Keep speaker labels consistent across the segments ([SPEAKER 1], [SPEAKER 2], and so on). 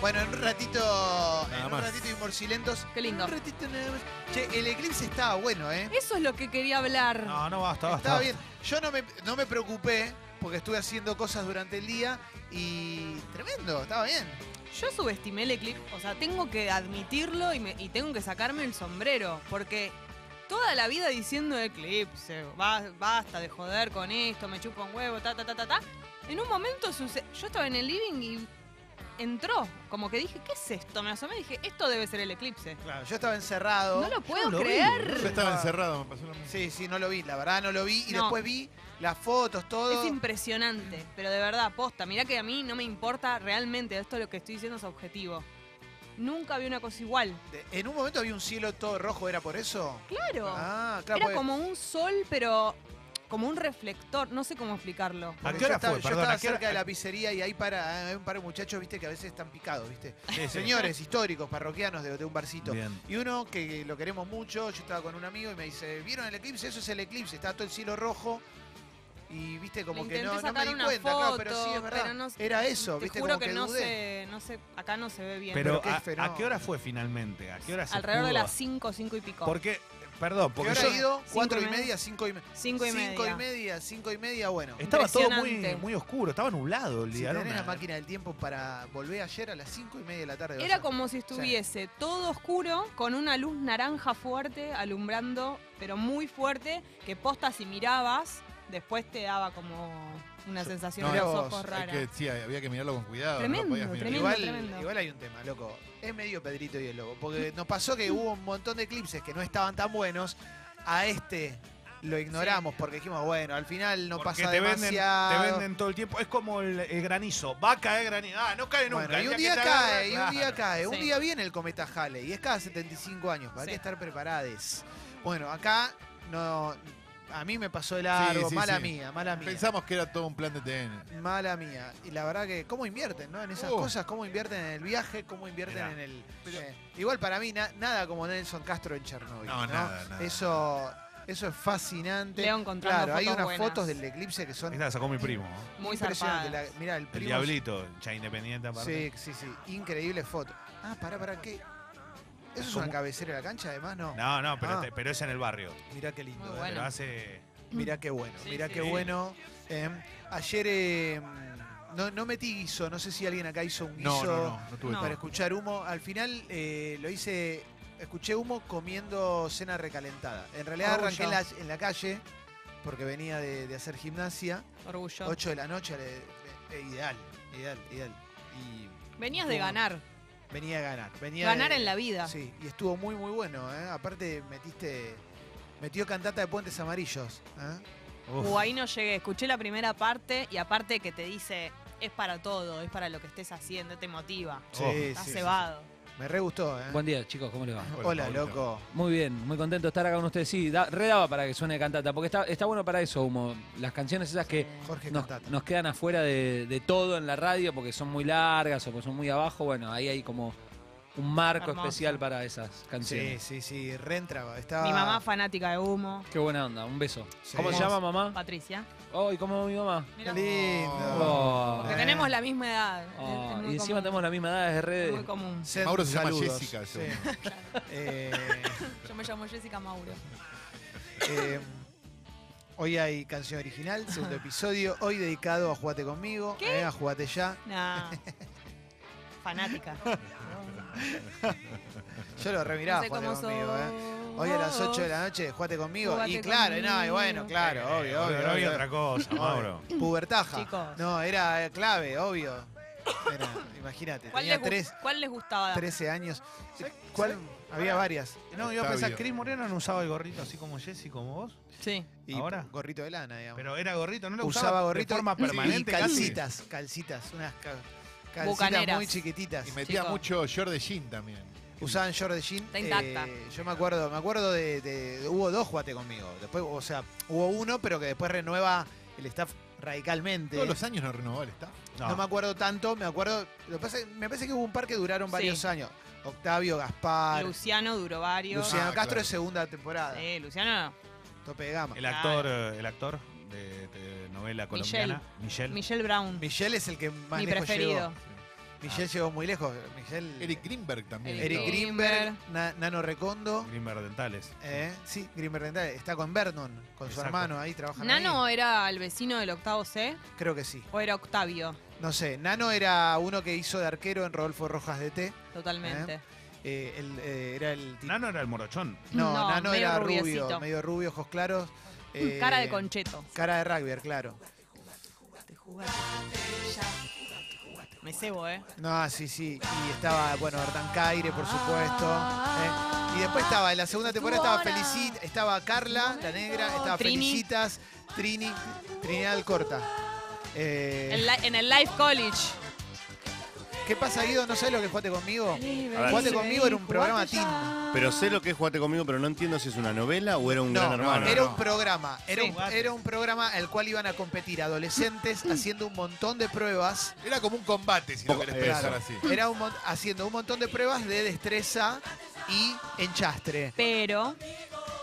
[SPEAKER 1] Bueno, en un ratito, en un
[SPEAKER 2] más.
[SPEAKER 1] ratito y morcilentos.
[SPEAKER 3] Qué lindo.
[SPEAKER 1] Un ratito nada más. Che, el eclipse estaba bueno, ¿eh?
[SPEAKER 3] Eso es lo que quería hablar.
[SPEAKER 2] No, no basta, basta.
[SPEAKER 1] Estaba bien. Yo no me, no me preocupé porque estuve haciendo cosas durante el día y tremendo, estaba bien.
[SPEAKER 3] Yo subestimé el eclipse, o sea, tengo que admitirlo y, me- y tengo que sacarme el sombrero, porque toda la vida diciendo eclipse, ba- basta de joder con esto, me chupo un huevo, ta, ta, ta, ta, ta. En un momento suce- yo estaba en el living y entró, como que dije, ¿qué es esto? Me asomé y dije, esto debe ser el eclipse.
[SPEAKER 2] Claro,
[SPEAKER 1] Yo estaba encerrado.
[SPEAKER 3] No lo puedo
[SPEAKER 2] lo vi.
[SPEAKER 3] creer.
[SPEAKER 4] Yo estaba encerrado, me pasó lo mismo.
[SPEAKER 1] Sí, sí, no lo vi, la verdad no lo vi. Y
[SPEAKER 3] No.
[SPEAKER 1] después vi las fotos, todo.
[SPEAKER 3] Es impresionante, pero de verdad, posta, mirá que a mí no me importa realmente, esto lo que estoy diciendo es objetivo. Nunca vi una cosa igual.
[SPEAKER 1] De- En un momento había un cielo todo rojo, ¿era por eso?
[SPEAKER 3] Claro.
[SPEAKER 1] Ah, claro.
[SPEAKER 3] Era
[SPEAKER 1] porque-
[SPEAKER 3] como un sol, pero como un reflector, no sé cómo explicarlo.
[SPEAKER 2] ¿A
[SPEAKER 1] porque
[SPEAKER 2] qué hora
[SPEAKER 1] yo estaba,
[SPEAKER 2] fue?
[SPEAKER 1] Yo
[SPEAKER 2] Perdón,
[SPEAKER 1] estaba
[SPEAKER 2] ¿a qué hora-
[SPEAKER 1] cerca de la pizzería y ahí para, hay un par de muchachos, viste, que a veces están picados, viste.
[SPEAKER 2] Sí, sí.
[SPEAKER 1] Señores históricos, parroquianos de, de un barcito.
[SPEAKER 2] Bien.
[SPEAKER 1] Y uno que lo queremos mucho, yo estaba con un amigo y me dice, ¿vieron el eclipse? Eso es el eclipse, está todo el cielo rojo. Y viste, como
[SPEAKER 3] Le
[SPEAKER 1] que no, no
[SPEAKER 3] intenté
[SPEAKER 1] me
[SPEAKER 3] sacar
[SPEAKER 1] di
[SPEAKER 3] una
[SPEAKER 1] cuenta, claro, pero sí
[SPEAKER 3] foto,
[SPEAKER 1] es verdad.
[SPEAKER 3] pero no-
[SPEAKER 1] Era eso,
[SPEAKER 3] Te
[SPEAKER 1] viste,
[SPEAKER 3] juro
[SPEAKER 1] como que,
[SPEAKER 3] que, no
[SPEAKER 1] dudé.
[SPEAKER 3] se, no sé, acá no se ve bien.
[SPEAKER 2] Pero,
[SPEAKER 1] Pero qué
[SPEAKER 2] a- a,
[SPEAKER 1] fenómeno.
[SPEAKER 2] qué hora fue finalmente? ¿A qué hora se
[SPEAKER 3] Alrededor de
[SPEAKER 2] pudo?
[SPEAKER 3] las 5, 5 y pico.
[SPEAKER 2] Porque, perdón,
[SPEAKER 1] ¿Qué
[SPEAKER 2] porque
[SPEAKER 1] hora
[SPEAKER 2] yo
[SPEAKER 1] ha ido?
[SPEAKER 3] Cinco
[SPEAKER 1] ¿Cuatro
[SPEAKER 3] y
[SPEAKER 1] y
[SPEAKER 3] media.
[SPEAKER 1] media? ¿Cinco y media?
[SPEAKER 3] 5 y media.
[SPEAKER 1] Cinco y media, cinco y media, bueno.
[SPEAKER 2] estaba todo muy,
[SPEAKER 3] Impresionante.
[SPEAKER 2] muy oscuro, estaba nublado el
[SPEAKER 1] Si
[SPEAKER 2] día. era
[SPEAKER 1] tenés
[SPEAKER 2] una-
[SPEAKER 1] la máquina del tiempo para volver ayer a las cinco y media de la tarde. vas
[SPEAKER 3] Era
[SPEAKER 1] a-
[SPEAKER 3] como si estuviese todo oscuro, con una luz naranja fuerte, alumbrando, pero muy fuerte, que posta si mirabas, después te daba como una sensación
[SPEAKER 1] no,
[SPEAKER 3] en los
[SPEAKER 1] mirá
[SPEAKER 3] ojos
[SPEAKER 1] vos,
[SPEAKER 3] rara.
[SPEAKER 4] Hay que- sí, había que mirarlo con cuidado. no
[SPEAKER 3] Tremendo,
[SPEAKER 4] lo podías mirar.
[SPEAKER 3] tremendo.
[SPEAKER 1] Igual, igual hay un tema, loco. Es medio Pedrito y el Lobo. Porque nos pasó que hubo un montón de eclipses que no estaban tan buenos. A este lo ignoramos porque dijimos, bueno, al final no
[SPEAKER 2] porque
[SPEAKER 1] pasa
[SPEAKER 2] te venden,
[SPEAKER 1] demasiado.
[SPEAKER 2] te venden todo el tiempo. Es como el, el granizo. Va a caer granizo. Ah, no cae nunca.
[SPEAKER 1] Bueno, y
[SPEAKER 2] el
[SPEAKER 1] un
[SPEAKER 2] día
[SPEAKER 1] día
[SPEAKER 2] que te agarra,
[SPEAKER 1] cae, y un día
[SPEAKER 2] claro.
[SPEAKER 1] cae. Un
[SPEAKER 3] Sí.
[SPEAKER 1] día viene el cometa Halley y es cada 75 años. Para
[SPEAKER 3] Sí.
[SPEAKER 1] que estar preparados. Bueno, acá no, a mí me pasó el largo.
[SPEAKER 4] Sí, sí,
[SPEAKER 1] mala
[SPEAKER 4] sí.
[SPEAKER 1] mía, mala mía.
[SPEAKER 4] Pensamos que era todo un plan de TN.
[SPEAKER 1] Mala mía. Y la verdad que, ¿cómo invierten, no? En esas
[SPEAKER 4] Oh.
[SPEAKER 1] cosas, ¿cómo invierten en el viaje? ¿Cómo invierten
[SPEAKER 2] Mirá.
[SPEAKER 1] en el. eh, igual para mí, na- nada como Nelson Castro en Chernobyl.
[SPEAKER 4] No,
[SPEAKER 1] No,
[SPEAKER 4] nada, nada.
[SPEAKER 1] Eso, eso es fascinante.
[SPEAKER 3] Leo encontrando
[SPEAKER 1] Claro, hay
[SPEAKER 3] fotos
[SPEAKER 1] unas
[SPEAKER 3] buenas.
[SPEAKER 1] fotos del eclipse que son
[SPEAKER 2] Esta la sacó mi primo. ¿eh?
[SPEAKER 3] Muy
[SPEAKER 1] impresionantes.
[SPEAKER 3] zarpadas.
[SPEAKER 1] La- mirá, el primo.
[SPEAKER 2] El diablito, ya independiente aparte.
[SPEAKER 1] Sí, sí, sí. Increíbles fotos. Ah, pará, pará, ¿qué? ¿Eso es una
[SPEAKER 2] ¿Cómo?
[SPEAKER 1] cabecera de la cancha? Además, no.
[SPEAKER 2] No, no, pero,
[SPEAKER 1] Ah.
[SPEAKER 2] te- pero es en el barrio.
[SPEAKER 1] Mirá qué lindo.
[SPEAKER 3] Muy
[SPEAKER 1] eh.
[SPEAKER 3] bueno.
[SPEAKER 2] Pero hace.
[SPEAKER 1] Mirá qué bueno,
[SPEAKER 3] Sí,
[SPEAKER 1] mirá
[SPEAKER 3] sí.
[SPEAKER 1] qué bueno. Eh, ayer eh, no, no metí guiso, no sé si alguien acá hizo un
[SPEAKER 4] No,
[SPEAKER 1] guiso.
[SPEAKER 4] no, no, no tuve
[SPEAKER 3] No.
[SPEAKER 1] para
[SPEAKER 4] tiempo.
[SPEAKER 1] escuchar humo. Al final eh, lo hice, escuché humo comiendo cena recalentada. En realidad
[SPEAKER 3] Orgullo.
[SPEAKER 1] arranqué en la, en la calle porque venía de, de hacer gimnasia.
[SPEAKER 3] Orgullo.
[SPEAKER 1] 8 de la noche, le- le- ideal, ideal, ideal. Y
[SPEAKER 3] Venías de ganar.
[SPEAKER 1] venía a ganar. Venía
[SPEAKER 3] Ganar
[SPEAKER 1] de-
[SPEAKER 3] en la vida.
[SPEAKER 1] Sí, y estuvo muy, muy bueno. ¿eh? Aparte metiste, metió cantata de Puentes Amarillos. ¿eh?
[SPEAKER 2] Uf.
[SPEAKER 3] O ahí no llegué. Escuché la primera parte y aparte que te dice, es para todo, es para lo que estés haciendo, te motiva.
[SPEAKER 2] Oh,
[SPEAKER 3] Estás cebado.
[SPEAKER 1] Me re gustó. ¿eh?
[SPEAKER 5] Buen día, chicos, ¿cómo les va?
[SPEAKER 1] Hola,
[SPEAKER 2] Pablito.
[SPEAKER 1] loco.
[SPEAKER 5] Muy bien, muy contento de estar acá con ustedes. Sí, da- redaba para que suene cantata, porque está, está bueno para eso, Humo. Las canciones esas que
[SPEAKER 1] Jorge
[SPEAKER 5] nos,
[SPEAKER 1] Cantata.
[SPEAKER 5] nos quedan afuera de, de todo en la radio, porque son muy largas o porque son muy abajo, bueno, ahí hay como un marco
[SPEAKER 3] Hermoso.
[SPEAKER 5] especial para esas
[SPEAKER 1] Sí,
[SPEAKER 5] canciones.
[SPEAKER 1] sí, sí, reentraba. Estaba...
[SPEAKER 3] Mi mamá fanática de humo.
[SPEAKER 5] Qué buena onda, un beso.
[SPEAKER 1] Sí.
[SPEAKER 5] ¿Cómo se llama mamá?
[SPEAKER 3] Patricia.
[SPEAKER 5] Ay, ¿cómo llama mi mamá?
[SPEAKER 1] Qué
[SPEAKER 3] Mirá.
[SPEAKER 1] lindo. Ah,
[SPEAKER 5] Oh,
[SPEAKER 3] Porque tenemos la misma edad. Es-
[SPEAKER 5] oh,
[SPEAKER 3] es muy
[SPEAKER 5] y encima
[SPEAKER 3] común.
[SPEAKER 5] tenemos la misma edad, es re...
[SPEAKER 3] Es muy común.
[SPEAKER 1] Sen-
[SPEAKER 4] Mauro se llama
[SPEAKER 1] saludos.
[SPEAKER 4] Jessica,
[SPEAKER 1] Sí.
[SPEAKER 4] según.
[SPEAKER 1] Eh,
[SPEAKER 3] Yo me llamo Jessica Mauro.
[SPEAKER 1] eh, hoy hay canción original, segundo episodio, hoy dedicado a Jugate conmigo,
[SPEAKER 3] ¿Qué?
[SPEAKER 1] eh, a Jugate ya.
[SPEAKER 3] Nah. Fanática.
[SPEAKER 1] Yo lo remiraba
[SPEAKER 3] No sé
[SPEAKER 1] Jugate
[SPEAKER 3] cómo
[SPEAKER 1] conmigo. eh.
[SPEAKER 3] sos.
[SPEAKER 1] Hoy a las 8 de la noche, Jugate conmigo.
[SPEAKER 3] Jugate
[SPEAKER 1] y claro,
[SPEAKER 3] conmigo.
[SPEAKER 1] no, y bueno, claro,
[SPEAKER 2] Eh,
[SPEAKER 1] obvio, obvio.
[SPEAKER 2] no había
[SPEAKER 1] obvio.
[SPEAKER 2] otra cosa, Mauro.
[SPEAKER 1] Pubertaja.
[SPEAKER 3] Chicos.
[SPEAKER 1] No, era eh, clave, obvio. Era, imagínate,
[SPEAKER 3] ¿Cuál les,
[SPEAKER 1] tenía
[SPEAKER 3] gu-
[SPEAKER 1] tres,
[SPEAKER 3] cuál les gustaba?
[SPEAKER 1] 13 años. ¿Cuál? Había varias.
[SPEAKER 2] No, iba a
[SPEAKER 4] Octavio.
[SPEAKER 2] pensar, Cris Moreno no usaba el gorrito así como Jessy, como vos.
[SPEAKER 3] Sí.
[SPEAKER 1] Y
[SPEAKER 2] ¿Ahora?
[SPEAKER 1] gorrito de lana, digamos.
[SPEAKER 2] Pero era gorrito, no lo
[SPEAKER 1] usaba, gorrito
[SPEAKER 2] de forma
[SPEAKER 1] y
[SPEAKER 2] permanente. casi.
[SPEAKER 1] calcitas, calcitas, unas ca- calcitas
[SPEAKER 3] Bucaneras.
[SPEAKER 1] muy chiquititas.
[SPEAKER 4] Y metía
[SPEAKER 3] Chico.
[SPEAKER 4] mucho short de jean también.
[SPEAKER 1] Usaban short de jean.
[SPEAKER 3] Está intacta.
[SPEAKER 1] eh, yo me acuerdo, me acuerdo de, de- hubo dos juguete conmigo. Después, o sea, hubo uno, pero que después renueva el staff radicalmente.
[SPEAKER 4] Todos los años no renovó el staff.
[SPEAKER 1] No. me acuerdo tanto, me acuerdo. Lo que pasa es- me parece que hubo un par que duraron
[SPEAKER 3] Sí.
[SPEAKER 1] varios años. Octavio, Gaspar,
[SPEAKER 3] Luciano duró varios.
[SPEAKER 1] Luciano
[SPEAKER 4] Ah,
[SPEAKER 1] Castro
[SPEAKER 4] claro.
[SPEAKER 1] de segunda temporada.
[SPEAKER 3] Sí, Luciano.
[SPEAKER 1] Tope de gama.
[SPEAKER 2] El actor, eh, el actor de, de novela colombiana, Michelle.
[SPEAKER 3] Michelle Brown.
[SPEAKER 1] Michelle es el que más
[SPEAKER 3] mi
[SPEAKER 1] lejos
[SPEAKER 3] preferido.
[SPEAKER 1] llegó. Michelle llegó muy lejos. Michelle,
[SPEAKER 4] Eric Greenberg también.
[SPEAKER 1] Eric
[SPEAKER 4] estaba.
[SPEAKER 1] Greenberg, Na- Nano Recondo.
[SPEAKER 2] Grimmer Dentales.
[SPEAKER 1] eh, sí, Greenberg Dental. Está con Vernon, con su
[SPEAKER 2] Exacto.
[SPEAKER 1] hermano ahí, trabajan
[SPEAKER 3] ¿Nano era el vecino del octavo C
[SPEAKER 1] ahí. Creo que sí.
[SPEAKER 3] o era Octavio?
[SPEAKER 1] No sé, Nano era uno que hizo de arquero en Rodolfo Rojas de T.
[SPEAKER 3] Totalmente.
[SPEAKER 1] eh, el, eh, era el ti-
[SPEAKER 2] Nano era el morochón.
[SPEAKER 1] No,
[SPEAKER 3] No,
[SPEAKER 1] Nano
[SPEAKER 3] medio
[SPEAKER 1] era
[SPEAKER 3] rubiecito.
[SPEAKER 1] rubio, medio rubio, ojos claros. eh,
[SPEAKER 3] Cara de concheto.
[SPEAKER 1] Cara de rugby, claro.
[SPEAKER 3] Me cebo, ¿eh?
[SPEAKER 1] No, sí, sí. Y estaba, bueno, Hernán Caire, por supuesto. ¿eh? Y después estaba, en la segunda temporada estaba Felicit, estaba Carla, la negra, estaba
[SPEAKER 3] Trini.
[SPEAKER 1] Felicitas, Trini, Trinidad Corta. Eh,
[SPEAKER 3] En, la- en el Life College.
[SPEAKER 1] Oh. ¿Qué pasa, Guido? ¿No sabes lo que es Juate Conmigo?
[SPEAKER 6] ver.
[SPEAKER 1] Juate Conmigo era un programa teen.
[SPEAKER 6] Pero sé lo que es Jugate Conmigo, pero no entiendo si es una novela o era un gran hermano.
[SPEAKER 1] era
[SPEAKER 2] no.
[SPEAKER 1] un programa. Era,
[SPEAKER 3] Sí.
[SPEAKER 1] un, era un programa al cual iban a competir adolescentes haciendo un montón de pruebas.
[SPEAKER 4] Era como un combate, si lo
[SPEAKER 6] Poco-
[SPEAKER 4] querés
[SPEAKER 1] eh,
[SPEAKER 6] Claro.
[SPEAKER 4] pensar así.
[SPEAKER 1] Era un mon- haciendo un montón de pruebas de destreza y enchastre.
[SPEAKER 3] Pero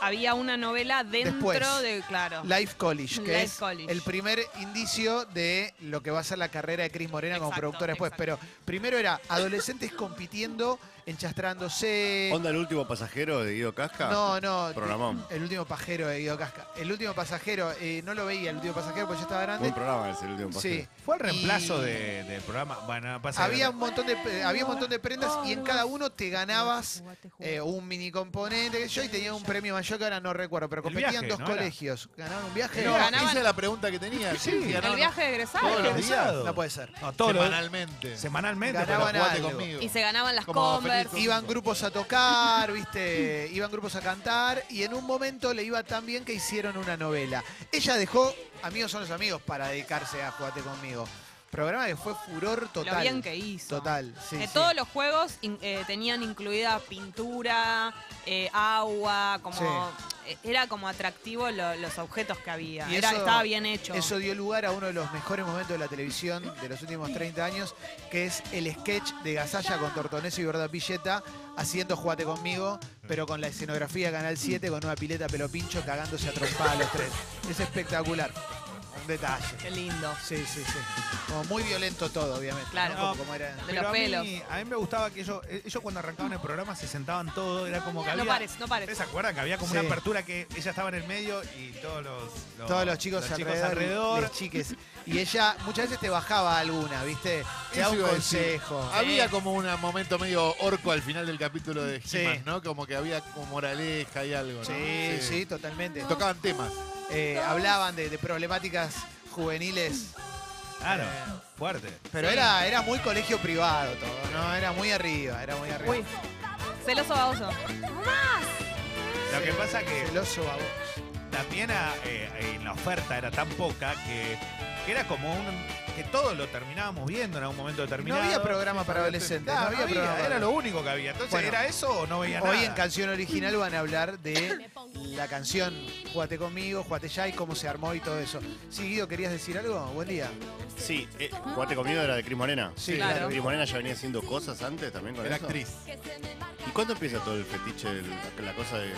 [SPEAKER 3] había una novela dentro
[SPEAKER 1] Después.
[SPEAKER 3] de. Claro.
[SPEAKER 1] Life College, que
[SPEAKER 3] Life
[SPEAKER 1] es
[SPEAKER 3] College.
[SPEAKER 1] el primer indicio de lo que va a ser la carrera de Cris Morena como
[SPEAKER 3] Exacto,
[SPEAKER 1] productora después.
[SPEAKER 3] exacto.
[SPEAKER 1] Pero primero era adolescentes compitiendo, enchastrándose.
[SPEAKER 6] ¿Onda el último pasajero de Guido Casca?
[SPEAKER 1] eh, No, no.
[SPEAKER 6] Programón.
[SPEAKER 1] El último pajero de Guido Casca. El último pasajero, eh, no lo veía, el último pasajero porque yo estaba grande.
[SPEAKER 6] Buen programa es el último pasajero.
[SPEAKER 1] Sí.
[SPEAKER 2] Fue el reemplazo
[SPEAKER 1] Y-
[SPEAKER 2] de- del programa. Bueno, pasa que-
[SPEAKER 1] Había un montón de eh, había un montón de prendas y en cada uno te ganabas eh, un mini componente que yo y tenía un premio mayor que ahora no recuerdo, pero
[SPEAKER 2] El
[SPEAKER 1] competían
[SPEAKER 2] viaje,
[SPEAKER 1] dos
[SPEAKER 2] ¿no era?
[SPEAKER 1] colegios. Ganaban un viaje.
[SPEAKER 4] No,
[SPEAKER 3] ganaban-
[SPEAKER 4] Esa es la pregunta que tenía.
[SPEAKER 2] Sí.
[SPEAKER 4] si
[SPEAKER 2] El
[SPEAKER 3] el
[SPEAKER 4] ganaban
[SPEAKER 3] viaje de egresados.
[SPEAKER 4] todos los días.
[SPEAKER 2] egresado.
[SPEAKER 1] No puede ser.
[SPEAKER 2] No, todos los-
[SPEAKER 4] Semanalmente.
[SPEAKER 2] semanalmente.
[SPEAKER 1] Ganaban
[SPEAKER 2] pero-
[SPEAKER 4] Jugate
[SPEAKER 1] algo.
[SPEAKER 4] conmigo.
[SPEAKER 3] Y se ganaban las
[SPEAKER 4] Como
[SPEAKER 3] Converse.
[SPEAKER 4] Feliz-
[SPEAKER 1] Iban grupos a tocar, viste, iban grupos a cantar y en un momento le iba tan bien que hicieron una novela. Ella dejó Amigos son los amigos para dedicarse a Jugate conmigo. Programa que fue furor total.
[SPEAKER 3] Lo bien que hizo.
[SPEAKER 1] Total, sí.
[SPEAKER 3] que
[SPEAKER 1] sí.
[SPEAKER 3] todos los juegos in- eh, tenían incluida pintura, eh, agua, como eh, era como atractivo lo- los objetos que había.
[SPEAKER 1] Y
[SPEAKER 3] Era-
[SPEAKER 1] eso-
[SPEAKER 3] estaba bien hecho.
[SPEAKER 1] Eso dio lugar a uno de los mejores momentos de la televisión de los últimos 30 años, que es el sketch de Gazalla con Tortoneso y Verdad Pilleta haciendo Jugate conmigo, pero con la escenografía de Canal 7 con una pileta pelo pincho cagándose a trompada a los tres. Es espectacular. Un detalle.
[SPEAKER 3] Qué lindo.
[SPEAKER 1] Sí, sí, sí. Como muy violento todo, obviamente.
[SPEAKER 3] Claro.
[SPEAKER 1] ¿no? Como, como era.
[SPEAKER 3] De
[SPEAKER 2] pero
[SPEAKER 3] los
[SPEAKER 2] a mí,
[SPEAKER 3] pelos.
[SPEAKER 2] a mí me gustaba que ellos, ellos cuando arrancaban el programa se sentaban todos, era como que
[SPEAKER 3] No
[SPEAKER 2] había...
[SPEAKER 3] pares, no pares.
[SPEAKER 2] ¿Ustedes se acuerdan que había como
[SPEAKER 1] Sí.
[SPEAKER 2] una apertura que ella estaba en el medio y todos los,
[SPEAKER 1] Todos los chicos, alrededor,
[SPEAKER 2] alrededor?
[SPEAKER 1] los chiques. Y ella muchas veces te bajaba alguna, ¿viste? Te
[SPEAKER 4] Eso
[SPEAKER 1] daba un
[SPEAKER 4] iba a decir.
[SPEAKER 1] consejo.
[SPEAKER 4] Había como un momento medio orco al final del capítulo de
[SPEAKER 1] Sí.
[SPEAKER 4] He-Man, ¿no? Como que había como moraleja y algo, ¿no?
[SPEAKER 1] Sí, sí, totalmente.
[SPEAKER 4] Tocaban temas.
[SPEAKER 1] Eh, hablaban de, de problemáticas juveniles.
[SPEAKER 2] Claro,
[SPEAKER 1] Eh,
[SPEAKER 2] fuerte.
[SPEAKER 1] pero era, era muy colegio privado todo, ¿no? Era muy arriba, era muy arriba.
[SPEAKER 3] Uy. Celoso baboso.
[SPEAKER 2] Lo que pasa que
[SPEAKER 1] Celoso a vos.
[SPEAKER 2] también a- eh, en la oferta era tan poca que, que era como un... que todo lo terminábamos viendo en algún momento
[SPEAKER 1] No
[SPEAKER 2] determinado.
[SPEAKER 1] había programa para adolescentes.
[SPEAKER 2] Claro,
[SPEAKER 1] no había
[SPEAKER 2] no había,
[SPEAKER 1] programa
[SPEAKER 2] era
[SPEAKER 1] para-
[SPEAKER 2] lo único que había. Entonces,
[SPEAKER 1] Bueno,
[SPEAKER 2] ¿era eso o no veía nada?
[SPEAKER 1] Hoy en Canción Original van a hablar de la canción Jugate conmigo, Jugate ya y cómo se armó y todo eso. Sí, Guido, ¿querías decir algo? Buen día.
[SPEAKER 6] Sí, eh, Jugate Conmigo era de Cris Morena.
[SPEAKER 1] Sí,
[SPEAKER 3] Claro. claro.
[SPEAKER 6] Cris Morena ya venía haciendo cosas antes también con
[SPEAKER 4] Era
[SPEAKER 6] eso.
[SPEAKER 4] actriz.
[SPEAKER 6] ¿Y cuándo empieza todo el fetiche, el- la cosa de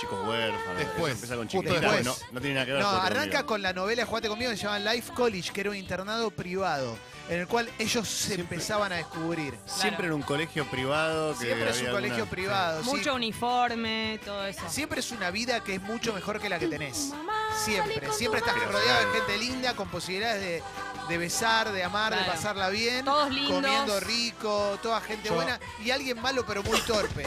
[SPEAKER 6] chicos huérfanos?
[SPEAKER 4] Después.
[SPEAKER 6] Eso Empieza con
[SPEAKER 4] Justo
[SPEAKER 6] chiquititas,
[SPEAKER 1] después.
[SPEAKER 6] No, no tiene nada que ver
[SPEAKER 1] No,
[SPEAKER 6] con Jugate
[SPEAKER 1] arranca
[SPEAKER 6] Conmigo.
[SPEAKER 1] con la novela Jugate conmigo que se llama Life College, que era un internado privado, en el cual ellos se
[SPEAKER 6] Siempre-
[SPEAKER 1] empezaban a descubrir.
[SPEAKER 6] Siempre en un colegio privado. Que
[SPEAKER 1] Siempre es un
[SPEAKER 6] había
[SPEAKER 1] colegio
[SPEAKER 6] alguna-
[SPEAKER 1] privado. sí.
[SPEAKER 3] Mucho uniforme, todo eso.
[SPEAKER 1] Siempre es una vida que es mucho mejor que la que tenés. Siempre. Siempre estás rodeado de gente linda, con posibilidades de, de besar, de amar, de
[SPEAKER 3] Claro.
[SPEAKER 1] pasarla bien.
[SPEAKER 3] Todos lindos.
[SPEAKER 1] Comiendo rico, toda gente
[SPEAKER 2] Yo-
[SPEAKER 1] buena. Y alguien malo, pero muy torpe.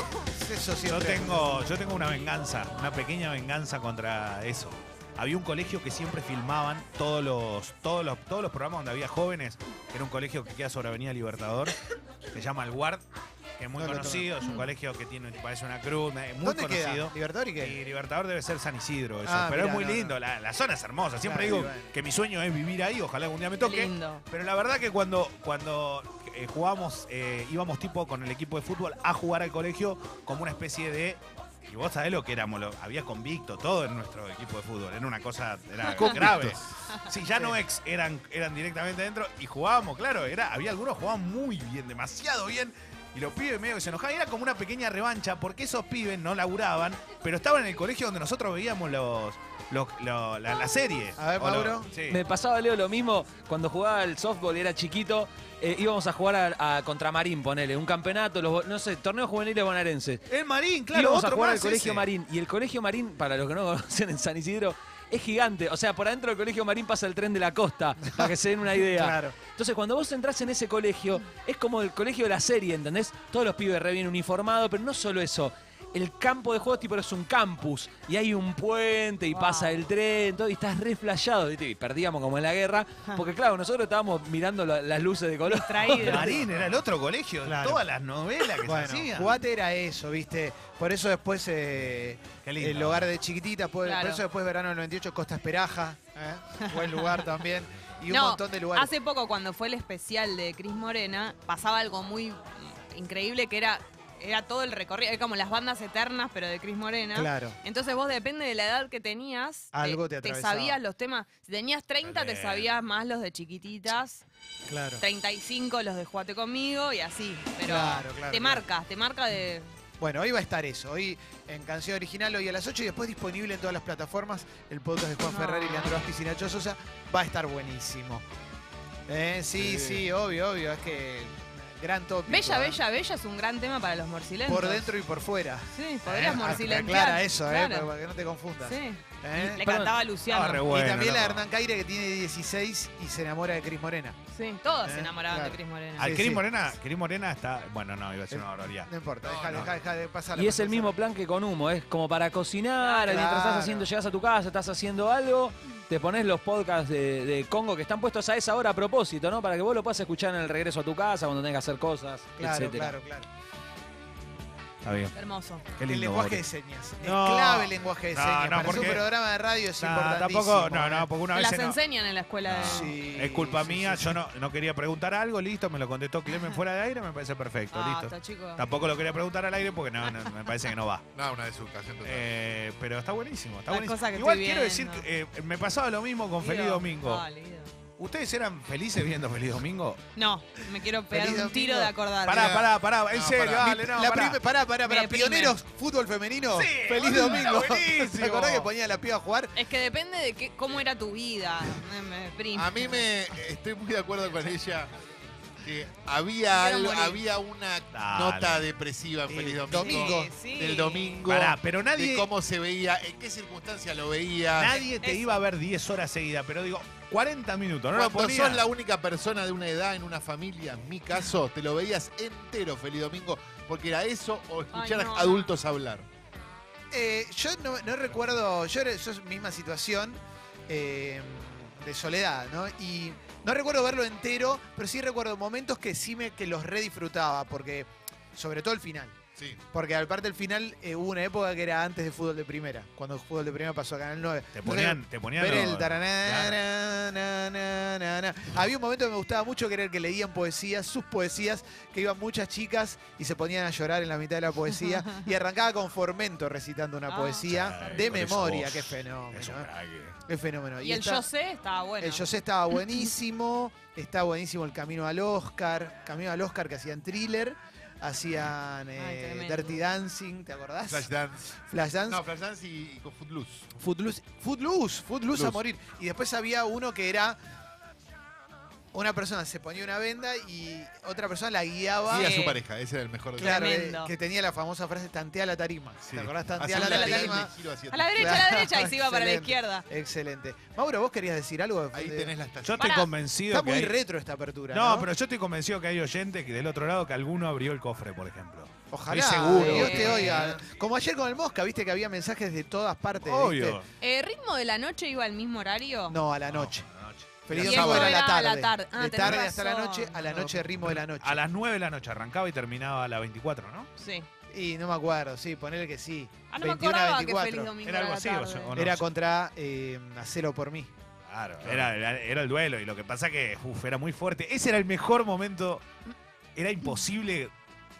[SPEAKER 1] Eso
[SPEAKER 2] Yo
[SPEAKER 1] siempre.
[SPEAKER 2] tengo, yo tengo una venganza, una pequeña venganza contra eso. Había un colegio que siempre filmaban todos los, todos los, todos los programas donde había jóvenes. que Era un colegio que queda sobre Avenida Libertador. Se llama El Guard, que es muy
[SPEAKER 1] No lo
[SPEAKER 2] conocido. Es un colegio que tiene, parece una cruz, es muy
[SPEAKER 1] ¿Dónde
[SPEAKER 2] conocido.
[SPEAKER 1] queda? ¿Libertador y qué?
[SPEAKER 2] Y Libertador debe ser San Isidro, eso.
[SPEAKER 1] Ah,
[SPEAKER 2] pero
[SPEAKER 1] mirá,
[SPEAKER 2] es muy
[SPEAKER 1] no,
[SPEAKER 2] lindo,
[SPEAKER 1] no.
[SPEAKER 2] La, la zona es hermosa. Siempre
[SPEAKER 1] Claro,
[SPEAKER 2] digo
[SPEAKER 1] y bueno.
[SPEAKER 2] que mi sueño es vivir ahí, ojalá algún día me
[SPEAKER 3] Qué
[SPEAKER 2] toque.
[SPEAKER 3] lindo.
[SPEAKER 2] Pero la verdad que cuando, cuando eh, jugábamos, eh, íbamos tipo con el equipo de fútbol a jugar al colegio como una especie de. Y vos sabés lo que éramos, lo- había convicto todo en nuestro equipo de fútbol, era una cosa era grave. Sí, ya no ex eran, eran directamente adentro y jugábamos, claro, era, había algunos que jugaban muy bien, demasiado bien. Y los pibes medio que se enojaban. Y era como una pequeña revancha porque esos pibes no laburaban, pero estaban en el colegio donde nosotros veíamos los, los- lo- la, la serie.
[SPEAKER 1] A ver,
[SPEAKER 2] O lo-
[SPEAKER 1] Mauro.
[SPEAKER 2] sí.
[SPEAKER 5] Me pasaba, Leo, lo mismo cuando jugaba al softball y era chiquito. eh, íbamos a jugar a, a contra Marín, ponele, un campeonato, los bo- no sé, torneos juveniles bonaerenses.
[SPEAKER 2] El Marín, claro.
[SPEAKER 5] íbamos a
[SPEAKER 2] otro
[SPEAKER 5] jugar al
[SPEAKER 2] más
[SPEAKER 5] Colegio
[SPEAKER 2] ese.
[SPEAKER 5] Marín. Y el Colegio Marín, para los que no conocen en San Isidro, es gigante. O sea, por adentro del Colegio Marín pasa el tren de la costa, para que se den una idea.
[SPEAKER 1] Claro.
[SPEAKER 5] Entonces, cuando vos entras en ese colegio, es como el colegio de la serie, ¿entendés? Todos los pibes re bien uniformados, pero no solo eso. El campo de juegos, tipo, es un campus. Y hay un puente y
[SPEAKER 3] Wow.
[SPEAKER 5] pasa el tren, todo, y estás re flasheado, ¿viste? Y perdíamos como en la guerra. Porque, claro, nosotros estábamos mirando la- las luces de color.
[SPEAKER 2] El
[SPEAKER 3] Traído.
[SPEAKER 2] Marín era el otro colegio.
[SPEAKER 1] Claro.
[SPEAKER 2] Todas las novelas que
[SPEAKER 1] Bueno,
[SPEAKER 2] se hacían.
[SPEAKER 1] Guate era eso, ¿viste? Por eso después eh,
[SPEAKER 2] Qué lindo.
[SPEAKER 1] el hogar de chiquitita, por, por
[SPEAKER 3] Claro.
[SPEAKER 1] eso después verano del 98 Costa Esperaja, ¿eh? buen lugar también, y un
[SPEAKER 3] No,
[SPEAKER 1] montón de lugares.
[SPEAKER 3] Hace poco, cuando fue el especial de Cris Morena, pasaba algo muy mm, increíble que era, era todo el recorrido, era como las bandas eternas, pero de Cris Morena.
[SPEAKER 1] Claro.
[SPEAKER 3] Entonces vos depende de la edad que tenías, te-
[SPEAKER 1] Algo te atravesaba.
[SPEAKER 3] sabías los temas. Si tenías 30 te
[SPEAKER 2] Tremendo.
[SPEAKER 3] sabías más los de chiquititas,
[SPEAKER 1] Claro.
[SPEAKER 3] 35 los de Jugate conmigo y así. Pero
[SPEAKER 1] Claro, claro,
[SPEAKER 3] te
[SPEAKER 1] claro.
[SPEAKER 3] marca, te marca de...
[SPEAKER 1] Bueno, hoy va a estar eso. Hoy en canción original, hoy a las 8 y después disponible en todas las plataformas. El podcast de Juan
[SPEAKER 3] No.
[SPEAKER 1] Ferrari, Leandro Vázquez y Nacho Sosa va a estar buenísimo. Eh, sí, sí, obvio, obvio. Es que gran tópico.
[SPEAKER 3] Bella,
[SPEAKER 1] ¿eh?
[SPEAKER 3] bella, bella es un gran tema para los morcilentos.
[SPEAKER 1] Por dentro y por fuera.
[SPEAKER 3] Sí, podrías
[SPEAKER 1] Eh,
[SPEAKER 3] morcilentear.
[SPEAKER 1] Aclara eso, eh,
[SPEAKER 3] Claro.
[SPEAKER 1] para que no te confundas.
[SPEAKER 3] Sí.
[SPEAKER 1] ¿Eh?
[SPEAKER 3] Le
[SPEAKER 5] Perdón.
[SPEAKER 3] cantaba a
[SPEAKER 2] Estaba
[SPEAKER 3] Luciano.
[SPEAKER 2] re bueno,
[SPEAKER 1] y también la de
[SPEAKER 2] loco.
[SPEAKER 1] Hernán Caire que tiene 16 y se enamora de Cris Morena.
[SPEAKER 3] Sí, todos se
[SPEAKER 1] Eh,
[SPEAKER 3] enamoraban
[SPEAKER 1] claro.
[SPEAKER 3] de Cris Morena.
[SPEAKER 2] Al
[SPEAKER 1] Sí,
[SPEAKER 2] Cris
[SPEAKER 1] sí.
[SPEAKER 2] Morena, Cris Morena está. Bueno, no, iba a ser una barbaridad.
[SPEAKER 1] No importa,
[SPEAKER 2] No,
[SPEAKER 1] déjale,
[SPEAKER 2] no.
[SPEAKER 1] déjale, déjale, pásala,
[SPEAKER 5] Y es el
[SPEAKER 1] pásala.
[SPEAKER 5] mismo plan que con humo, es como para cocinar,
[SPEAKER 1] Claro.
[SPEAKER 5] mientras estás haciendo, llegas a tu casa, estás haciendo algo, te pones los podcasts de, de Congo que están puestos a esa hora a propósito, ¿no? Para que vos lo puedas escuchar en el regreso a tu casa, cuando tengas que hacer cosas,
[SPEAKER 1] Claro,
[SPEAKER 5] etcétera.
[SPEAKER 1] claro, claro.
[SPEAKER 2] Está bien.
[SPEAKER 3] Hermoso.
[SPEAKER 2] Qué lindo.
[SPEAKER 1] El lenguaje
[SPEAKER 2] Mauro.
[SPEAKER 1] de señas.
[SPEAKER 2] No.
[SPEAKER 1] Es clave el lenguaje de
[SPEAKER 2] No,
[SPEAKER 1] señas.
[SPEAKER 2] no,
[SPEAKER 1] Para
[SPEAKER 2] porque-
[SPEAKER 1] un programa de radio es
[SPEAKER 2] No,
[SPEAKER 1] importantísimo.
[SPEAKER 2] Ah, tampoco, no, no,
[SPEAKER 1] ¿eh?
[SPEAKER 2] porque una
[SPEAKER 3] Las
[SPEAKER 2] vez. no-
[SPEAKER 3] enseñan en la escuela de...
[SPEAKER 1] Sí,
[SPEAKER 2] es culpa
[SPEAKER 1] sí,
[SPEAKER 2] mía,
[SPEAKER 1] sí,
[SPEAKER 2] yo
[SPEAKER 1] sí.
[SPEAKER 2] No, no quería preguntar algo, listo, me lo contestó Clemen fuera de aire, me parece perfecto,
[SPEAKER 3] Ah,
[SPEAKER 2] listo.
[SPEAKER 3] está chico.
[SPEAKER 2] Tampoco lo quería preguntar al aire porque no, no, me parece que no va.
[SPEAKER 4] No, una desucación total.
[SPEAKER 2] Eh, pero está buenísimo, está
[SPEAKER 3] Las
[SPEAKER 2] buenísimo.
[SPEAKER 3] cosas que
[SPEAKER 2] Igual
[SPEAKER 3] estoy
[SPEAKER 2] quiero decir,
[SPEAKER 3] viendo.
[SPEAKER 2] que, eh, me pasaba lo mismo con Feliz
[SPEAKER 3] Guido.
[SPEAKER 2] Domingo.
[SPEAKER 3] Dale, Guido.
[SPEAKER 2] ¿Ustedes eran felices viendo Feliz Domingo?
[SPEAKER 3] No, me quiero pegar
[SPEAKER 1] Feliz
[SPEAKER 3] un tiro
[SPEAKER 1] domingo.
[SPEAKER 3] de acordar.
[SPEAKER 2] Pará, pará, pará, en
[SPEAKER 4] No,
[SPEAKER 2] serio,
[SPEAKER 4] pará.
[SPEAKER 2] dale, no,
[SPEAKER 1] la
[SPEAKER 2] pará.
[SPEAKER 1] prime- pará, pará,
[SPEAKER 3] Me
[SPEAKER 1] pará.
[SPEAKER 3] deprime.
[SPEAKER 1] Pioneros, fútbol femenino.
[SPEAKER 2] Sí,
[SPEAKER 1] Feliz
[SPEAKER 2] boludo, era
[SPEAKER 1] domingo.
[SPEAKER 2] buenísimo.
[SPEAKER 1] ¿Te acordás que ponía a la piba a jugar?
[SPEAKER 3] Es que depende de qué, cómo era tu vida. Me- me deprime.
[SPEAKER 4] A mí me estoy muy de acuerdo con ella. Que había,
[SPEAKER 3] Quiero
[SPEAKER 4] algo-
[SPEAKER 3] morir.
[SPEAKER 4] había una
[SPEAKER 2] Dale.
[SPEAKER 4] nota depresiva en
[SPEAKER 1] Sí,
[SPEAKER 4] Feliz Domingo.
[SPEAKER 1] domingo.
[SPEAKER 3] Sí, sí.
[SPEAKER 4] Del domingo.
[SPEAKER 2] Pará, pero
[SPEAKER 4] De
[SPEAKER 2] nadie,
[SPEAKER 4] cómo se veía, en qué circunstancia lo veía.
[SPEAKER 2] nadie te
[SPEAKER 3] Es-
[SPEAKER 2] iba a ver 10 horas seguidas, pero digo, 40 minutos, no lo
[SPEAKER 4] Cuando
[SPEAKER 2] ponía.
[SPEAKER 4] sos la única persona de una edad en una familia, en mi caso, te lo veías entero Feliz Domingo, porque era eso o escuchar
[SPEAKER 3] no.
[SPEAKER 4] a adultos hablar.
[SPEAKER 1] Eh, yo no, no recuerdo, yo era esa misma situación eh, de soledad, ¿no? Y no recuerdo verlo entero, pero sí recuerdo momentos que sí me que los redisfrutaba, porque sobre todo el final.
[SPEAKER 4] Sí.
[SPEAKER 1] Porque aparte del final eh, hubo una época que era antes de fútbol de primera, cuando el fútbol de primera pasó a Canal 9.
[SPEAKER 2] Te ponían, te ponían
[SPEAKER 1] Ver
[SPEAKER 2] los-
[SPEAKER 1] el taraná, na, na, na, na. Había un momento que me gustaba mucho que era el que leían poesías, sus poesías, que iban muchas chicas y se ponían a llorar en la mitad de la poesía. y arrancaba con Formento recitando una
[SPEAKER 3] Ah.
[SPEAKER 1] poesía
[SPEAKER 2] Ay,
[SPEAKER 1] de
[SPEAKER 2] con esa
[SPEAKER 1] memoria.
[SPEAKER 2] voz.
[SPEAKER 1] Qué fenómeno.
[SPEAKER 2] Es un
[SPEAKER 1] ¿eh?
[SPEAKER 2] crack, eh.
[SPEAKER 1] Qué fenómeno.
[SPEAKER 3] Y el
[SPEAKER 1] está-
[SPEAKER 3] yo sé estaba bueno.
[SPEAKER 1] el yo sé estaba buenísimo. Está buenísimo el camino al Oscar. Camino al Oscar que hacían thriller. Hacían eh,
[SPEAKER 3] tremendo.
[SPEAKER 1] Dirty Dancing, ¿te acordás?
[SPEAKER 4] Flashdance.
[SPEAKER 1] Flashdance.
[SPEAKER 4] No, Flashdance y, y con Footloose.
[SPEAKER 1] Footloose, Footloose, Footloose a
[SPEAKER 4] Footloose.
[SPEAKER 1] morir. Y después había uno que era una persona se ponía una venda y otra persona la guiaba.
[SPEAKER 4] Sí, a
[SPEAKER 3] Sí.
[SPEAKER 4] su pareja, ese era el mejor de
[SPEAKER 1] Claro, eh,
[SPEAKER 3] Tremendo.
[SPEAKER 1] que tenía la famosa frase tantea la tarima.
[SPEAKER 4] todos.
[SPEAKER 1] ¿Te acordás?
[SPEAKER 4] Hacía
[SPEAKER 1] Tantea
[SPEAKER 4] un
[SPEAKER 1] la,
[SPEAKER 4] lateral y
[SPEAKER 1] tarima.
[SPEAKER 4] un giro hacia
[SPEAKER 3] A la
[SPEAKER 4] atrás.
[SPEAKER 3] derecha, a la derecha y se iba para la
[SPEAKER 1] Excelente.
[SPEAKER 3] izquierda.
[SPEAKER 1] Excelente. Mauro, vos querías decir algo.
[SPEAKER 4] Ahí
[SPEAKER 1] De-
[SPEAKER 4] tenés la
[SPEAKER 2] Yo
[SPEAKER 4] estación.
[SPEAKER 2] estoy
[SPEAKER 3] Pará.
[SPEAKER 2] convencido
[SPEAKER 1] Está
[SPEAKER 2] que
[SPEAKER 1] muy
[SPEAKER 2] hay-
[SPEAKER 1] retro esta apertura. No,
[SPEAKER 2] No, pero yo estoy convencido que hay oyentes que del otro lado que alguno abrió el cofre, por ejemplo.
[SPEAKER 1] Ojalá
[SPEAKER 2] Estoy seguro.
[SPEAKER 1] Dios
[SPEAKER 3] Eh.
[SPEAKER 1] te oiga. Como ayer con el Mosca, viste que había mensajes de todas partes. ¿viste?
[SPEAKER 2] Obvio.
[SPEAKER 3] Eh, ¿Ritmo de la noche iba al mismo horario?
[SPEAKER 1] No, a la noche.
[SPEAKER 2] No, noche.
[SPEAKER 1] Feliz
[SPEAKER 4] Y
[SPEAKER 1] domingo
[SPEAKER 4] eso
[SPEAKER 1] era la
[SPEAKER 3] era a
[SPEAKER 1] tarde.
[SPEAKER 3] la tarde. Ah,
[SPEAKER 1] de
[SPEAKER 3] tenés
[SPEAKER 1] tarde hasta la
[SPEAKER 3] razón.
[SPEAKER 1] noche, a la noche ritmo de la noche.
[SPEAKER 2] A las 9 de la noche arrancaba y terminaba a las 24, ¿no?
[SPEAKER 3] Sí.
[SPEAKER 1] Y no me acuerdo, sí, ponerle que sí.
[SPEAKER 3] Ah, no me
[SPEAKER 1] 21 a
[SPEAKER 3] acordaba que
[SPEAKER 1] 24.
[SPEAKER 3] Feliz Domingo
[SPEAKER 2] Era algo
[SPEAKER 3] a la
[SPEAKER 2] así,
[SPEAKER 3] tarde.
[SPEAKER 2] o sea, o no.
[SPEAKER 1] Era contra eh, Hacelo por mí.
[SPEAKER 2] Claro. Era, era- era el duelo y lo que pasa que uf, era muy fuerte. Ese era el mejor momento. Era imposible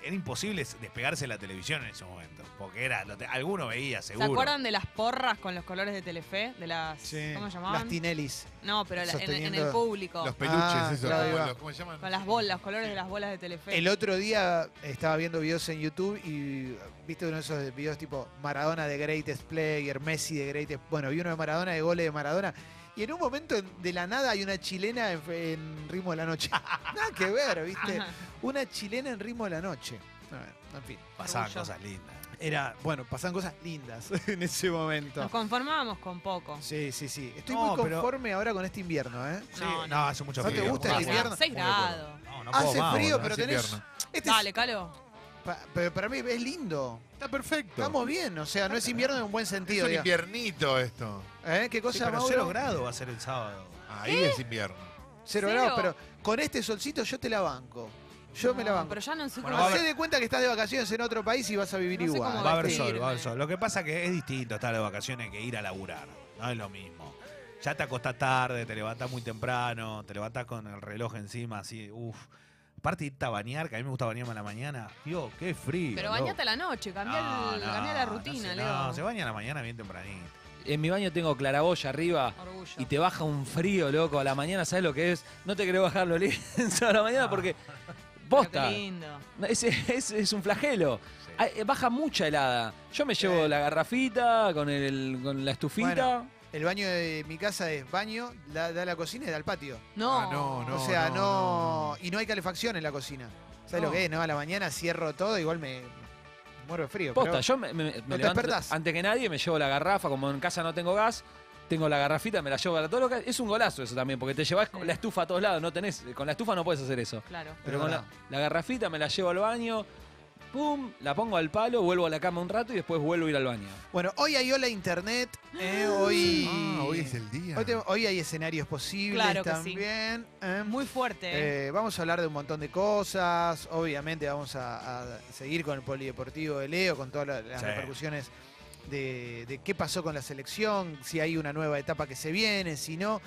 [SPEAKER 2] era imposible despegarse de la televisión en ese momento. Porque era, lo te- alguno veía,
[SPEAKER 3] ¿Se
[SPEAKER 2] seguro.
[SPEAKER 3] acuerdan de las porras con los colores de Telefe? De las, ¿Cómo se
[SPEAKER 1] Las
[SPEAKER 3] llamaban?
[SPEAKER 1] Tinelis.
[SPEAKER 3] No, pero la- en- en,
[SPEAKER 1] Sosteniendo-
[SPEAKER 3] el público.
[SPEAKER 4] Los peluches,
[SPEAKER 1] Ah,
[SPEAKER 4] eso.
[SPEAKER 1] claro,
[SPEAKER 4] como
[SPEAKER 1] ahí va.
[SPEAKER 4] los- ¿Cómo se llaman?
[SPEAKER 3] Con las bolas, los colores de las bolas de Telefe.
[SPEAKER 1] El otro día estaba viendo videos en YouTube y viste uno de esos videos tipo Maradona de Greatest Player, Messi de Greatest. Bueno, vi uno de Maradona, de goles de Maradona. Y en un momento de la nada hay una chilena en, en Ritmo de la Noche. Nada que ver, ¿viste?
[SPEAKER 3] Ajá.
[SPEAKER 1] Una chilena en Ritmo de la Noche. A ver, en fin.
[SPEAKER 2] Pasaban
[SPEAKER 3] Orgullo.
[SPEAKER 2] cosas lindas.
[SPEAKER 1] Era, bueno, pasan cosas lindas en ese
[SPEAKER 3] Nos
[SPEAKER 1] momento.
[SPEAKER 3] conformábamos con poco.
[SPEAKER 1] Sí, sí, sí. Estoy
[SPEAKER 2] No,
[SPEAKER 1] muy
[SPEAKER 2] pero-
[SPEAKER 1] conforme ahora con este invierno, ¿eh?
[SPEAKER 2] Sí,
[SPEAKER 3] No,
[SPEAKER 2] no,
[SPEAKER 3] no.
[SPEAKER 2] hace mucho
[SPEAKER 1] ¿No te
[SPEAKER 2] frío.
[SPEAKER 1] gusta el
[SPEAKER 2] Vamos.
[SPEAKER 1] invierno?
[SPEAKER 3] 6 grados.
[SPEAKER 2] No, no puedo
[SPEAKER 1] Hace
[SPEAKER 2] más,
[SPEAKER 1] frío,
[SPEAKER 2] boludo.
[SPEAKER 1] pero
[SPEAKER 4] hace
[SPEAKER 1] tenés.
[SPEAKER 4] invierno.
[SPEAKER 1] Este es-
[SPEAKER 3] Dale, Calo.
[SPEAKER 1] pa- pero para mí es lindo.
[SPEAKER 4] Está perfecto.
[SPEAKER 1] Estamos bien, o sea, no es invierno en un buen
[SPEAKER 4] es
[SPEAKER 1] sentido.
[SPEAKER 4] un
[SPEAKER 1] digamos.
[SPEAKER 4] inviernito esto.
[SPEAKER 1] ¿Eh? ¿Qué cosa,
[SPEAKER 2] Sí, pero
[SPEAKER 1] Mauro?
[SPEAKER 2] cero grado va a ser el sábado.
[SPEAKER 4] Ahí es invierno.
[SPEAKER 1] Cero
[SPEAKER 3] Cero.
[SPEAKER 1] grados, pero con este solcito yo te la banco. Yo me la
[SPEAKER 3] No,
[SPEAKER 1] banco.
[SPEAKER 3] Pero ya no sé
[SPEAKER 2] Bueno,
[SPEAKER 3] cómo-
[SPEAKER 2] va a haber-
[SPEAKER 1] Hacé de cuenta que estás de vacaciones en otro país y vas a vivir
[SPEAKER 3] No sé
[SPEAKER 1] igual.
[SPEAKER 3] cómo
[SPEAKER 2] Va a haber
[SPEAKER 3] Sí.
[SPEAKER 2] sol, va a haber
[SPEAKER 3] Irme.
[SPEAKER 2] sol. Lo que pasa que es distinto estar de vacaciones que ir a laburar. No es lo mismo. Ya te acostás tarde, te levantás muy temprano, te levantás con el reloj encima, así, uff. Aparte de irte a bañar, que a mí me gusta bañarme a la mañana. Tío, qué frío.
[SPEAKER 3] Pero
[SPEAKER 2] loco.
[SPEAKER 3] bañate a la noche, cambia,
[SPEAKER 2] No,
[SPEAKER 3] el-
[SPEAKER 2] no,
[SPEAKER 3] cambia la
[SPEAKER 2] no
[SPEAKER 3] rutina,
[SPEAKER 2] se-
[SPEAKER 3] Leo.
[SPEAKER 2] No, se baña a la mañana bien tempranito.
[SPEAKER 5] En mi baño tengo claraboya arriba.
[SPEAKER 3] Orgullo.
[SPEAKER 5] Y te baja un frío, loco. A la mañana, ¿sabes lo que es? No te creo bajar los lienzos a la mañana porque.
[SPEAKER 3] Pero qué
[SPEAKER 5] Posta.
[SPEAKER 3] lindo.
[SPEAKER 5] No, Es, es- es un flagelo.
[SPEAKER 2] Sí.
[SPEAKER 5] Ah, eh, Baja mucha helada. Yo me llevo la garrafita con, el, con la estufita.
[SPEAKER 1] Bueno, el baño de mi casa es baño, la- da la cocina y da al patio.
[SPEAKER 3] No.
[SPEAKER 4] Ah, no, no.
[SPEAKER 1] o sea, no,
[SPEAKER 4] no,
[SPEAKER 1] Y no hay calefacción en la cocina. ¿Sabes
[SPEAKER 5] No.
[SPEAKER 1] lo que es? No, a la mañana cierro todo, igual me me muero de frío.
[SPEAKER 5] Posta,
[SPEAKER 1] pero-
[SPEAKER 5] yo me, me- me
[SPEAKER 1] te
[SPEAKER 5] levanto
[SPEAKER 1] despertás.
[SPEAKER 5] antes que nadie, me llevo la garrafa, como en casa no tengo gas, tengo la garrafita, me la llevo para todo lo que... Es un golazo eso también, porque te llevas con la estufa a todos lados, no tenés, con la estufa no puedes hacer eso.
[SPEAKER 3] Claro.
[SPEAKER 5] Pero
[SPEAKER 1] Es
[SPEAKER 5] con la,
[SPEAKER 1] verdad.
[SPEAKER 5] la garrafita me la llevo al baño, pum, la pongo al palo, vuelvo a la cama un rato y después vuelvo a ir al baño.
[SPEAKER 1] Bueno, hoy hay ola internet, eh, hoy...
[SPEAKER 4] Ah, hoy es el día.
[SPEAKER 1] Hoy, te- hoy hay escenarios posibles
[SPEAKER 3] Claro que sí.
[SPEAKER 1] también. eh.
[SPEAKER 3] Muy fuerte. ¿eh?
[SPEAKER 1] Eh, vamos a hablar de un montón de cosas. Obviamente vamos a, a seguir con el polideportivo de Leo, con todas la- las
[SPEAKER 2] Sí.
[SPEAKER 1] repercusiones de, de qué pasó con la selección, si hay una nueva etapa que se viene, si no,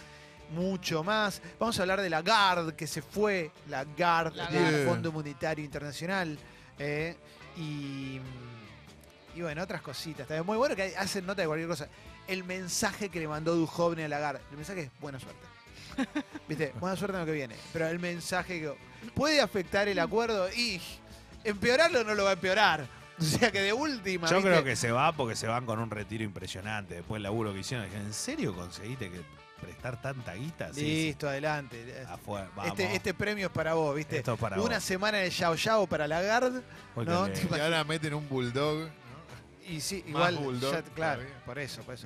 [SPEAKER 1] mucho más. Vamos a hablar de la GARD que se fue, la GARD
[SPEAKER 3] La
[SPEAKER 1] del
[SPEAKER 4] GARD.
[SPEAKER 1] Fondo Monetario Internacional. eh, y, y bueno, otras cositas. También muy bueno que hacen nota de cualquier cosa. El mensaje que le mandó Duhovne a la GARD. El mensaje es buena suerte. Viste, buena suerte en lo que viene. Pero el mensaje que. ¿Puede afectar el acuerdo? Y. Empeorarlo no lo va a empeorar. O sea que de última.
[SPEAKER 2] Yo
[SPEAKER 1] ¿viste?
[SPEAKER 2] creo que se va porque se van con un retiro impresionante. Después el laburo que hicieron, dije, ¿en serio conseguiste que prestar tanta guita? Sí, sí.
[SPEAKER 1] Listo, adelante.
[SPEAKER 2] Afuera, vamos.
[SPEAKER 1] Este, este premio es para vos, ¿viste?
[SPEAKER 3] este.
[SPEAKER 2] Esto es para
[SPEAKER 1] Una
[SPEAKER 2] vos.
[SPEAKER 1] semana de Yao Yao para Lagarde.
[SPEAKER 2] Voy
[SPEAKER 1] no,
[SPEAKER 2] con él.
[SPEAKER 1] tipo-
[SPEAKER 4] Y ahora meten un bulldog. ¿no?
[SPEAKER 1] Y sí,
[SPEAKER 4] Más
[SPEAKER 1] igual.
[SPEAKER 4] bulldog
[SPEAKER 1] ya- claro,
[SPEAKER 4] todavía.
[SPEAKER 1] por eso, por eso.